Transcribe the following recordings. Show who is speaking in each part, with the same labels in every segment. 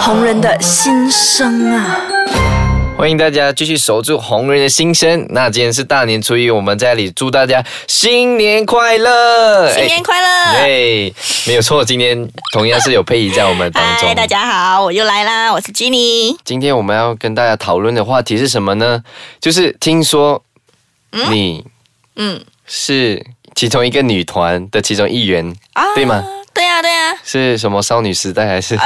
Speaker 1: 红人的心声啊。
Speaker 2: 欢迎大家继续守住红人的心声。那今天是大年初一，我们在这里祝大家新年快乐！
Speaker 1: 新年快乐！
Speaker 2: 对，没有错，今天同样是有佩仪在我们当中。
Speaker 1: 嗨，大家好，我又来啦，我是 Jenny。
Speaker 2: 今天我们要跟大家讨论的话题是什么呢？就是听说你
Speaker 1: 嗯
Speaker 2: 是其中一个女团的其中一员，
Speaker 1: 啊
Speaker 2: 对吗？
Speaker 1: 对呀、啊、对呀、啊，
Speaker 2: 是什么少女时代还是？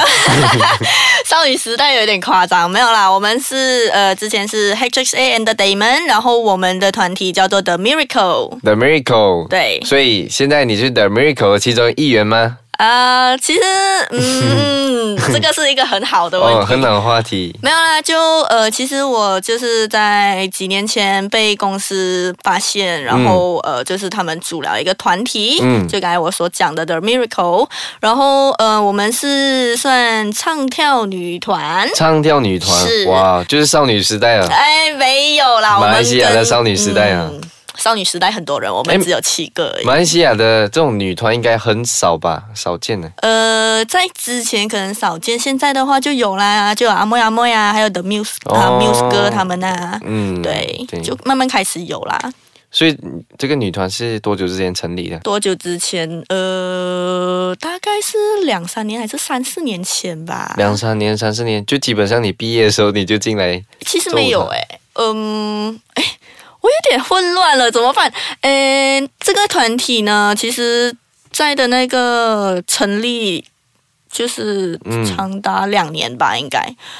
Speaker 1: 少女时代有点夸张，没有啦，我们是呃之前是 HXA Entertainment，然后我们的团体叫做 The Miracle。
Speaker 2: The Miracle，
Speaker 1: 对
Speaker 2: 所以现在你是 The Miracle 的其中一员吗？
Speaker 1: 啊、其实 嗯，这个是一个很好的问题。
Speaker 2: 哦，很冷的话题。
Speaker 1: 没有啦，就呃，其实我就是在几年前被公司发现，然后、呃，就是他们组了一个团体，
Speaker 2: 嗯
Speaker 1: 就刚才我所讲的 The Miracle，然后呃，我们是算唱跳女团。
Speaker 2: 唱跳女团
Speaker 1: 是，
Speaker 2: 哇，就是少女时代啊。
Speaker 1: 哎，没有啦，我
Speaker 2: 马
Speaker 1: 们
Speaker 2: 来西亚的
Speaker 1: 跟
Speaker 2: 少女时代啊
Speaker 1: 嗯少女时代很多人，我
Speaker 2: 哎
Speaker 1: 们只有七个而已。
Speaker 2: 马来西亚的这种女团应该很少吧，少见呢。
Speaker 1: 呃，在之前可能少见，现在的话就有啦，就有阿莫阿莫呀，还有 The Muse 啊、
Speaker 2: 哦
Speaker 1: Muse 哥他们啊，
Speaker 2: 嗯，
Speaker 1: 对，就慢慢开始有啦。
Speaker 2: 所以嗯这个女团是多久之前成立的？
Speaker 1: 多久之前？呃，大概是两三年还是三四年前吧。
Speaker 2: 两三年、三四年，就基本上你毕业的时候你就进来，
Speaker 1: 其实没有
Speaker 2: 周
Speaker 1: 哎、嗯，哎，我有点混乱了，怎么办？嗯，这个团体呢，其实在的那个成立。就是
Speaker 2: 嗯
Speaker 1: 长达两年吧，应该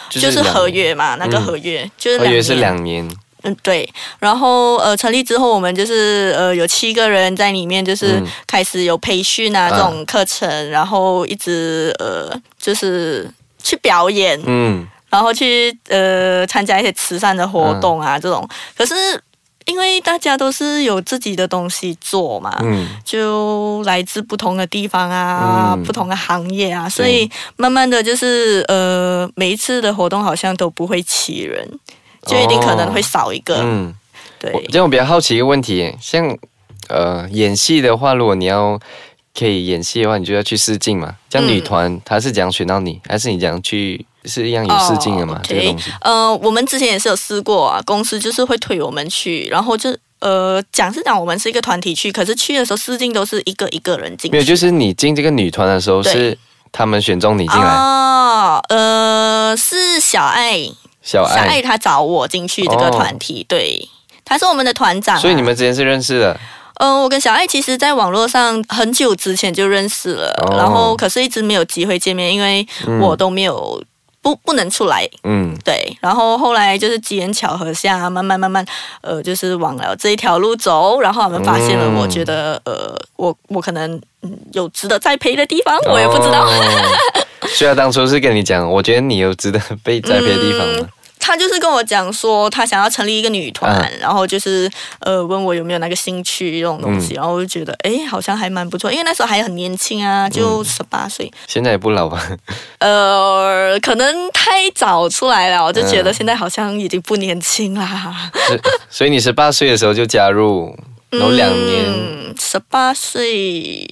Speaker 2: 就
Speaker 1: 就是
Speaker 2: 两
Speaker 1: 合，约嘛，那个
Speaker 2: 嗯
Speaker 1: 合约、就是
Speaker 2: 合约
Speaker 1: 两年。
Speaker 2: 是两年，
Speaker 1: 嗯，对。然后呃，成立之后，我们就是呃有七个人在里面，就是
Speaker 2: 嗯
Speaker 1: 开始有培训啊、
Speaker 2: 啊
Speaker 1: 这种课程，然后一直呃就是去表演，
Speaker 2: 嗯，
Speaker 1: 然后去呃参加一些慈善的活动啊、这种。可是因为大家都是有自己的东西做嘛，
Speaker 2: 嗯，
Speaker 1: 就来自不同的地方啊，
Speaker 2: 嗯
Speaker 1: 不同的行业啊，所以慢慢的就是呃，每一次的活动好像都不会齐人，就一定可能会少一个。
Speaker 2: 哦嗯，
Speaker 1: 呃对
Speaker 2: 我，这样我比较好奇一个问题，像呃演戏的话，如果你要可以演戏的话，你就要去试镜嘛。像女
Speaker 1: 嗯
Speaker 2: 团，她是怎样选到你，还是你怎样去是一样有试镜的嘛？
Speaker 1: 哦，OK
Speaker 2: 这个东西，
Speaker 1: 呃，我们之前也是有试过啊，公司就是会推我们去，然后就呃讲是讲我们是一个团体去，可是去的时候试镜都是一个一个人进去，
Speaker 2: 没有，就是你进这个女团的时候
Speaker 1: 对
Speaker 2: 是他们选中你进来，
Speaker 1: 哦，呃，是小爱，
Speaker 2: 小
Speaker 1: 小爱
Speaker 2: 爱，
Speaker 1: 她找我进去这个团体，对。她是我们的团长啊、
Speaker 2: 所以你们之前是认识的，
Speaker 1: 呃，我跟小爱其实，在网络上很久之前就认识了，
Speaker 2: 哦
Speaker 1: 然后可是一直没有机会见面，因为我都没有、不不能出来，
Speaker 2: 嗯，
Speaker 1: 对，然后后来就是机缘巧合下，慢慢慢慢，呃，就是往了这一条路走，然后他们发现了，
Speaker 2: 嗯
Speaker 1: 我觉得，呃，我我可能嗯有值得栽培的地方， 我也不知道。
Speaker 2: 哦虽然当初是跟你讲，我觉得你有值得被栽培的地方吗？
Speaker 1: 他就是跟我讲说，他想要成立一个女团，
Speaker 2: 嗯
Speaker 1: 然后就是呃问我有没有那个兴趣这种东
Speaker 2: 嗯
Speaker 1: 西，然后我就觉得，哎，好像还蛮不错，因为那时候还很年轻啊，
Speaker 2: 嗯
Speaker 1: 就十八岁，
Speaker 2: 现在也不老吧？
Speaker 1: 呃，可能太早出来了，我就
Speaker 2: 嗯
Speaker 1: 觉得现在好像已经不年轻啦。
Speaker 2: 是所以你十八岁的时候就加入，然后两年，
Speaker 1: 嗯，十八岁，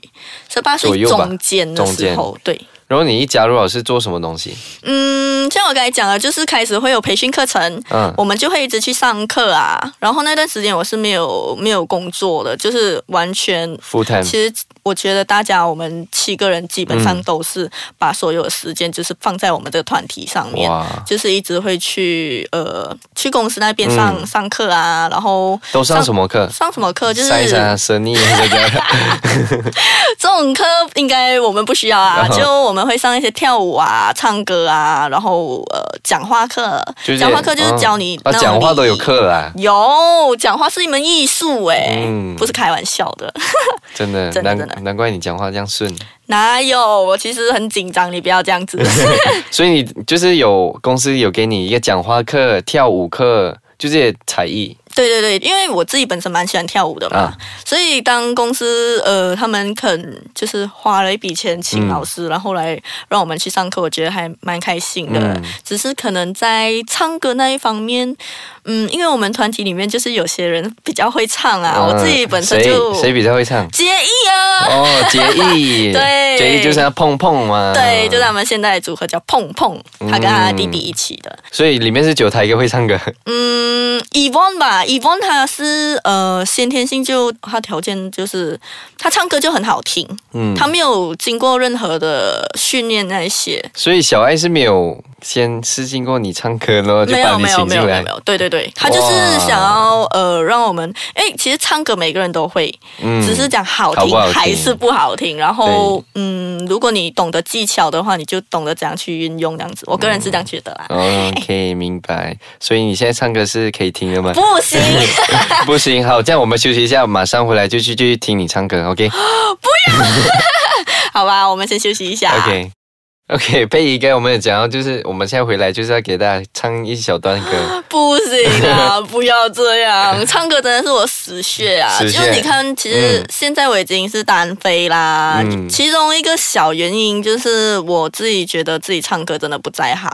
Speaker 1: 十八岁
Speaker 2: 左右吧
Speaker 1: 中间的时候，对，
Speaker 2: 然后你一加入老师做什么东西？
Speaker 1: 嗯，像我刚才讲的，就是开始会有培训课程，
Speaker 2: 嗯
Speaker 1: 我们就会一直去上课啊。然后那段时间我是没有没有工作的，就是完全。
Speaker 2: ，full time，
Speaker 1: 其实我觉得大家我们七个人基本上都是把所有的时间就是放在我们这个团体上面，
Speaker 2: 哇，
Speaker 1: 就是一直会去呃去公司那边上、
Speaker 2: 嗯
Speaker 1: 上课啊，然后
Speaker 2: 都上什么课？
Speaker 1: 上什么课就是
Speaker 2: 晒啊一晒生 意这个，
Speaker 1: 这种课应该我们不需要啊，
Speaker 2: 然后
Speaker 1: 就我们会上一些跳舞啊、唱歌啊，然后呃讲话课
Speaker 2: 就，是
Speaker 1: 讲话课就是教你
Speaker 2: 啊，
Speaker 1: 那种
Speaker 2: 讲话都有
Speaker 1: 礼仪。
Speaker 2: 课啊啦，
Speaker 1: 有讲话是一门艺术哎，
Speaker 2: 嗯
Speaker 1: 不是开玩笑的。
Speaker 2: 真的，
Speaker 1: 真的真的
Speaker 2: 难难怪你讲话这样顺。
Speaker 1: 哪有？我其实很紧张，你不要这样 子。
Speaker 2: 所以你就是有公司有给你一个讲话课、跳舞课，就这些才艺，
Speaker 1: 对对对，因为我自己本身蛮喜欢跳舞的嘛，
Speaker 2: 啊
Speaker 1: 所以当公司呃他们肯就是花了一笔钱请老
Speaker 2: 嗯
Speaker 1: 师，然后来让我们去上课，我觉得还蛮开心的。
Speaker 2: 嗯
Speaker 1: 只是可能在唱歌那一方面，嗯，因为我们团体里面就是有些人比较会唱啊，我自己本身就
Speaker 2: 嗯谁谁比较会 唱？
Speaker 1: 结义啊。
Speaker 2: 哦，结义，
Speaker 1: 对
Speaker 2: 结义就是要碰碰嘛，
Speaker 1: 对，就是他们现在的组合叫碰碰，他跟他弟弟一起的。
Speaker 2: 所以里面是九台一个会唱歌，
Speaker 1: 嗯 e v o n 吧 e v o n 他是呃先天性就他条件就是他唱歌就很好听，
Speaker 2: 嗯，
Speaker 1: 他没有经过任何的训练那一些，
Speaker 2: 所以小爱是没有先试镜过你唱歌咯，就
Speaker 1: 没
Speaker 2: 把
Speaker 1: 有
Speaker 2: 你
Speaker 1: 没有
Speaker 2: 请
Speaker 1: 没
Speaker 2: 进
Speaker 1: 有没
Speaker 2: 来
Speaker 1: 有没，有，对对对，他就是想要呃让我们，哎，其实唱歌每个人都会，
Speaker 2: 嗯
Speaker 1: 只是讲好
Speaker 2: 好
Speaker 1: 听
Speaker 2: 不好听
Speaker 1: 还是不好听，然后嗯，如果你懂得技巧的话，你就懂得怎样去运用这样子，我个人是这样觉得啦，
Speaker 2: 嗯 OK 明白，所以你现在唱歌是可以听的吗？
Speaker 1: 不行，
Speaker 2: 不行，好，这样我们休息一下，马上回来就去继续听你唱歌，OK
Speaker 1: 好吧，我们先休息一下。
Speaker 2: OK OK，贝 姨刚才我们也讲到，就是我们现在回来就是要给大家唱一小段 歌，
Speaker 1: 不行啊，不要这样！唱歌真的是我死穴啊！
Speaker 2: 死
Speaker 1: 就
Speaker 2: 穴
Speaker 1: 是你看，其实
Speaker 2: 嗯
Speaker 1: 现在我已经是单飞啦。
Speaker 2: 嗯
Speaker 1: 其中一个小原因就是我自己觉得自己唱歌真的不在行，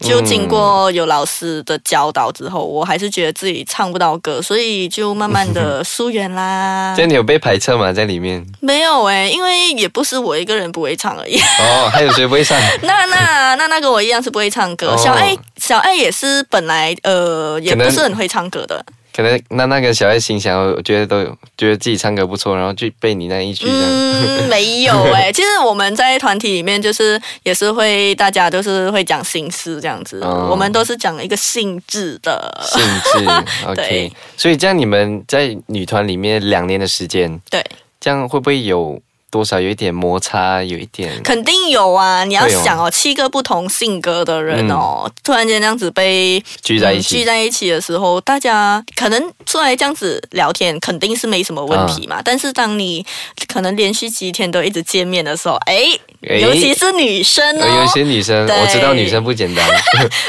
Speaker 1: 就经过有老师的教导之后，我还是觉得自己唱不到歌，所以就慢慢的疏远啦
Speaker 2: 这。样你有被排斥吗？在里面？
Speaker 1: 没有诶，因为也不是我一个人不会唱而已。啊
Speaker 2: 哦，还有谁不会唱？
Speaker 1: 那那那那跟我一样是不会唱歌，
Speaker 2: 哦
Speaker 1: 小爱小爱也是本来呃也
Speaker 2: 可能
Speaker 1: 不是很会唱歌的。
Speaker 2: 可能那那个小爱心想，我觉得都有，觉得自己唱歌不错，然后就被你那一句这样。
Speaker 1: 嗯，没有哎、其实我们在团体里面就是也是会，大家都是会讲心事这样子，
Speaker 2: 哦
Speaker 1: 我们都是讲一个性质的。
Speaker 2: 性 质，OK
Speaker 1: 对。
Speaker 2: 所以这样你们在女团里面两年的时间，
Speaker 1: 对，
Speaker 2: 这样会不会有多少有一点摩擦，有一点
Speaker 1: 肯定有啊！你要
Speaker 2: 会有
Speaker 1: 想哦，七个不同性格的人哦，突然间这样子被
Speaker 2: 聚在一
Speaker 1: 嗯聚
Speaker 2: 起？
Speaker 1: 在一起的时候，大家可能出来这样子聊天，肯定是没什么问题嘛。但是当你可能连续几天都一直见面的时候，哎，
Speaker 2: 哎
Speaker 1: 尤其是女生哦，
Speaker 2: 呃有一些女生，
Speaker 1: 对
Speaker 2: 我知道女生不 简单，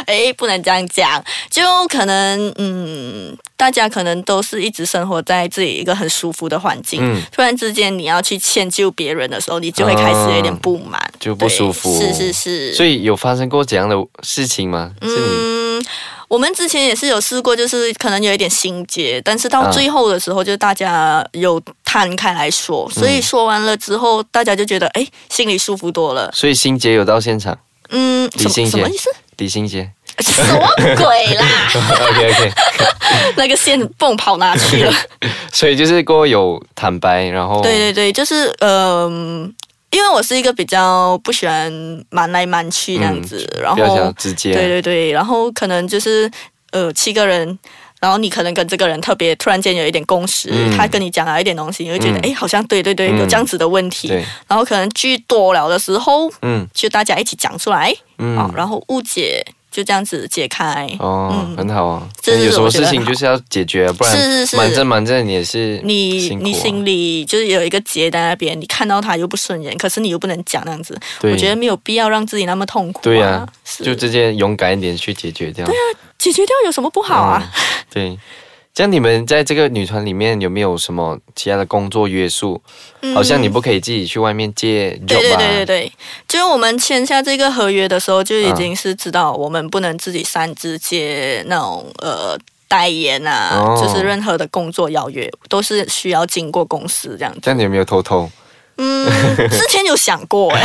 Speaker 1: 哎，不能这样讲，就可能嗯，大家可能都是一直生活在自己一个很舒服的环境，
Speaker 2: 嗯
Speaker 1: 突然之间你要去迁就别人的时候，你就会开始有点不满，
Speaker 2: 就不
Speaker 1: 对
Speaker 2: 舒服
Speaker 1: 是是是，
Speaker 2: 所
Speaker 1: 以
Speaker 2: 以有发生过怎样的事情吗？是你
Speaker 1: 嗯。我们之前也是有试过，就是可能有一点心结，但是
Speaker 2: 啊
Speaker 1: 到最后的时候，就大家有摊开来说，所以说完了之后，大家就觉得哎，心里舒服多了。
Speaker 2: 所以心杰有到现场，
Speaker 1: 嗯，什
Speaker 2: 理性
Speaker 1: 么
Speaker 2: 一些
Speaker 1: 什么意思？
Speaker 2: 李心杰
Speaker 1: 什么 鬼啦？
Speaker 2: ，OK OK，
Speaker 1: 那个线蹦跑哪去了？
Speaker 2: 所以就是过后有坦白，然后
Speaker 1: 对对对，就是嗯、因为我是一个比较不喜欢瞒来瞒去那样子，然
Speaker 2: 比较嗯想
Speaker 1: 后
Speaker 2: 直接，啊
Speaker 1: 对对对，然后可能就是呃七个人。然后你可能跟这个人特别突然间有一点共识，
Speaker 2: 嗯
Speaker 1: 他跟你讲了一点东西，你会觉得
Speaker 2: 嗯
Speaker 1: 哎、诶好像对对对，有这样子的问题。
Speaker 2: 对
Speaker 1: 然后可能聚多了的时候，
Speaker 2: 嗯
Speaker 1: 就大家一起讲出来，
Speaker 2: 嗯
Speaker 1: 哦，然后误解就这样子解开。
Speaker 2: 哦，
Speaker 1: 嗯
Speaker 2: 很好啊。
Speaker 1: 这是
Speaker 2: 有什么
Speaker 1: 我觉
Speaker 2: 事
Speaker 1: 得
Speaker 2: 情
Speaker 1: 很好
Speaker 2: 就是要解决，啊不
Speaker 1: 是
Speaker 2: 然
Speaker 1: 是是
Speaker 2: 瞒着瞒着你也是
Speaker 1: 你
Speaker 2: 辛苦啊
Speaker 1: 你心里就是有一个结在那边，你看到他又不顺眼，可是你又不能讲那样子，
Speaker 2: 对
Speaker 1: 我觉得没有必要让自己那么痛苦、啊。
Speaker 2: 对呀
Speaker 1: 是
Speaker 2: 就直接勇敢一点去解决掉。
Speaker 1: 啊
Speaker 2: 对
Speaker 1: 解决掉有什么不好啊？
Speaker 2: 对。这样你们在这个女团里面有没有什么其他的工作约束？
Speaker 1: 嗯
Speaker 2: 好像你不可以自己去外面借 job
Speaker 1: 对对
Speaker 2: 啊
Speaker 1: 对对对，就是我们签下这个合约的时候，就已经是知道我们不能自己擅自接那种呃代言啊，
Speaker 2: 哦
Speaker 1: 就是任何的工作邀约都是需要经过公司这样子。
Speaker 2: 这样你有没有偷 偷？
Speaker 1: 嗯，之前有想过哎、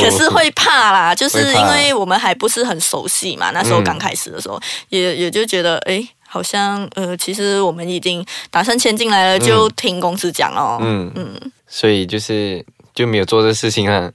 Speaker 1: 可是会怕嗯啦，就是因为我们还不是很熟悉嘛，那时候刚开始的时候，也也就觉得诶，好像呃，其实我们已经打算签进来了，就听公司讲哦。嗯
Speaker 2: 嗯嗯，所以就是就没有做这事情啊。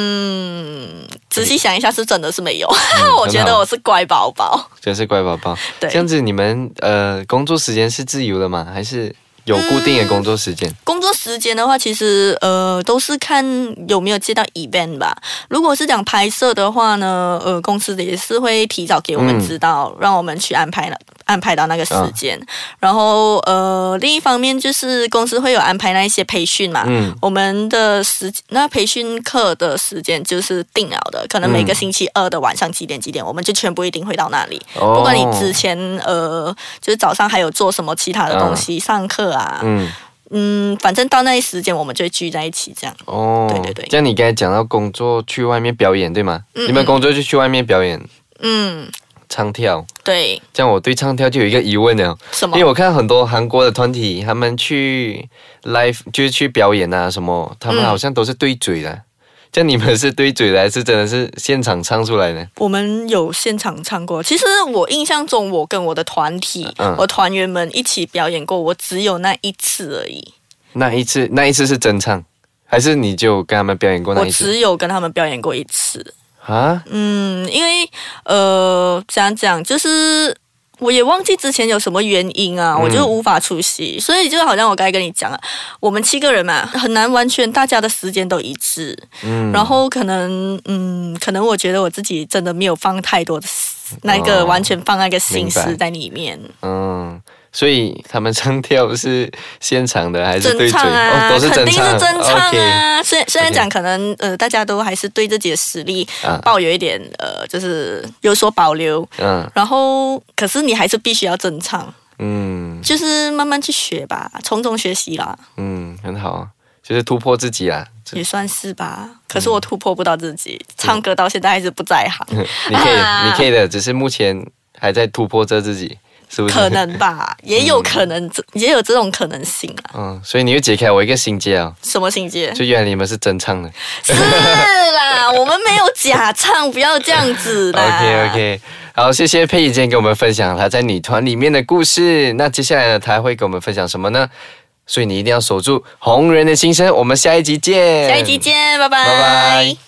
Speaker 1: 嗯仔细想一下，是真的是没有。 我觉
Speaker 2: 真
Speaker 1: 得
Speaker 2: 好
Speaker 1: 我是乖宝宝，
Speaker 2: 真是乖宝宝。
Speaker 1: 对
Speaker 2: 这样子你们呃工作时间是自由的吗？还是有固定的工作时间？
Speaker 1: 工作时间的话，其实呃都是看有没有接到 event 吧。如果是讲拍摄的话呢，呃，公司也是会提早给我
Speaker 2: 嗯
Speaker 1: 们
Speaker 2: 啊
Speaker 1: 知道，让我们去安排了安排到那个时间。然后呃，另一方面就是公司会有安排那一些培训嘛，
Speaker 2: 嗯
Speaker 1: 我们的时那培训课的时间就是定了的，可能每个星期二的晚上几点几点，我们就全部一定会到那里。
Speaker 2: 哦
Speaker 1: 不管你之前呃，就是早上还有做什么其他的东西，上课啊，
Speaker 2: 嗯，
Speaker 1: 嗯，反正到那一时间我们就会聚在一起这样。
Speaker 2: 哦，
Speaker 1: 对对对
Speaker 2: 像你刚才讲到工作去外面表演，对吗？
Speaker 1: 嗯
Speaker 2: 你们工作就去外面表演
Speaker 1: 嗯，
Speaker 2: 唱跳，
Speaker 1: 对，
Speaker 2: 这样我对唱跳就有一个疑问了，
Speaker 1: 什
Speaker 2: 因
Speaker 1: 么
Speaker 2: 为？我看很多韩国的团体，他们去 live 就是去表演啊什么，他们
Speaker 1: 嗯
Speaker 2: 好像都是对嘴的。像你们是对嘴的，还是真的是现场唱出来的？
Speaker 1: 我们有现场唱过。其实我印象中，我跟我的团体、
Speaker 2: 嗯
Speaker 1: 我团员们一起表演过，我只有那一次而已。
Speaker 2: 那一次，那一次是真唱，还是你就跟他们表演过那
Speaker 1: 我
Speaker 2: 一次
Speaker 1: 只有跟他们表演过一次。
Speaker 2: 啊？
Speaker 1: 嗯，因为呃，讲讲就是。我也忘记之前有什么原因啊，
Speaker 2: 嗯
Speaker 1: 我就无法出席，所以就好像我刚才跟你讲啊，我们七个人嘛，很难完全大家的时间都一致，
Speaker 2: 嗯，
Speaker 1: 然后可能嗯，可能我觉得我自己真的没有放太多的那
Speaker 2: 哦
Speaker 1: 个完全放那个心
Speaker 2: 明白
Speaker 1: 思在里面，
Speaker 2: 嗯，所以他们唱跳是现场的还是
Speaker 1: 真
Speaker 2: 对嘴？
Speaker 1: 唱啊，
Speaker 2: 哦，都是
Speaker 1: 肯
Speaker 2: 真
Speaker 1: 定
Speaker 2: 唱，
Speaker 1: 是真唱
Speaker 2: OK，
Speaker 1: 啊。虽虽然讲可能呃，大家都还是对自己的实力
Speaker 2: 啊
Speaker 1: 抱有一点呃，就是有所保留，
Speaker 2: 嗯
Speaker 1: 然后可是你还是必须要真唱，
Speaker 2: 嗯
Speaker 1: 就是慢慢去学吧，从中学习啦，
Speaker 2: 嗯，很好啊，就是突破自己啊。这
Speaker 1: 也算是
Speaker 2: 嗯
Speaker 1: 吧。可是我突破不到自己，唱歌到现在还是不在行，
Speaker 2: 你可以，
Speaker 1: 啊
Speaker 2: 你可以的，只是目前还在突破着自己，是不是？
Speaker 1: 可。能吧，也有可能， 这也有这种可能性啊。
Speaker 2: 嗯，所以你又解开我一个心结啊！
Speaker 1: 什么情节？
Speaker 2: 就原来你们是真唱的。
Speaker 1: 是啦，我们没有假唱，不要这样 子啦。
Speaker 2: OK OK，好，谢谢佩仪今天给我们分享她在女团里面的故事。那接下来呢，她会给我们分享什么呢？所以你一定要守住红人的心声。我们下一集见，
Speaker 1: 下一集见，拜拜
Speaker 2: 拜拜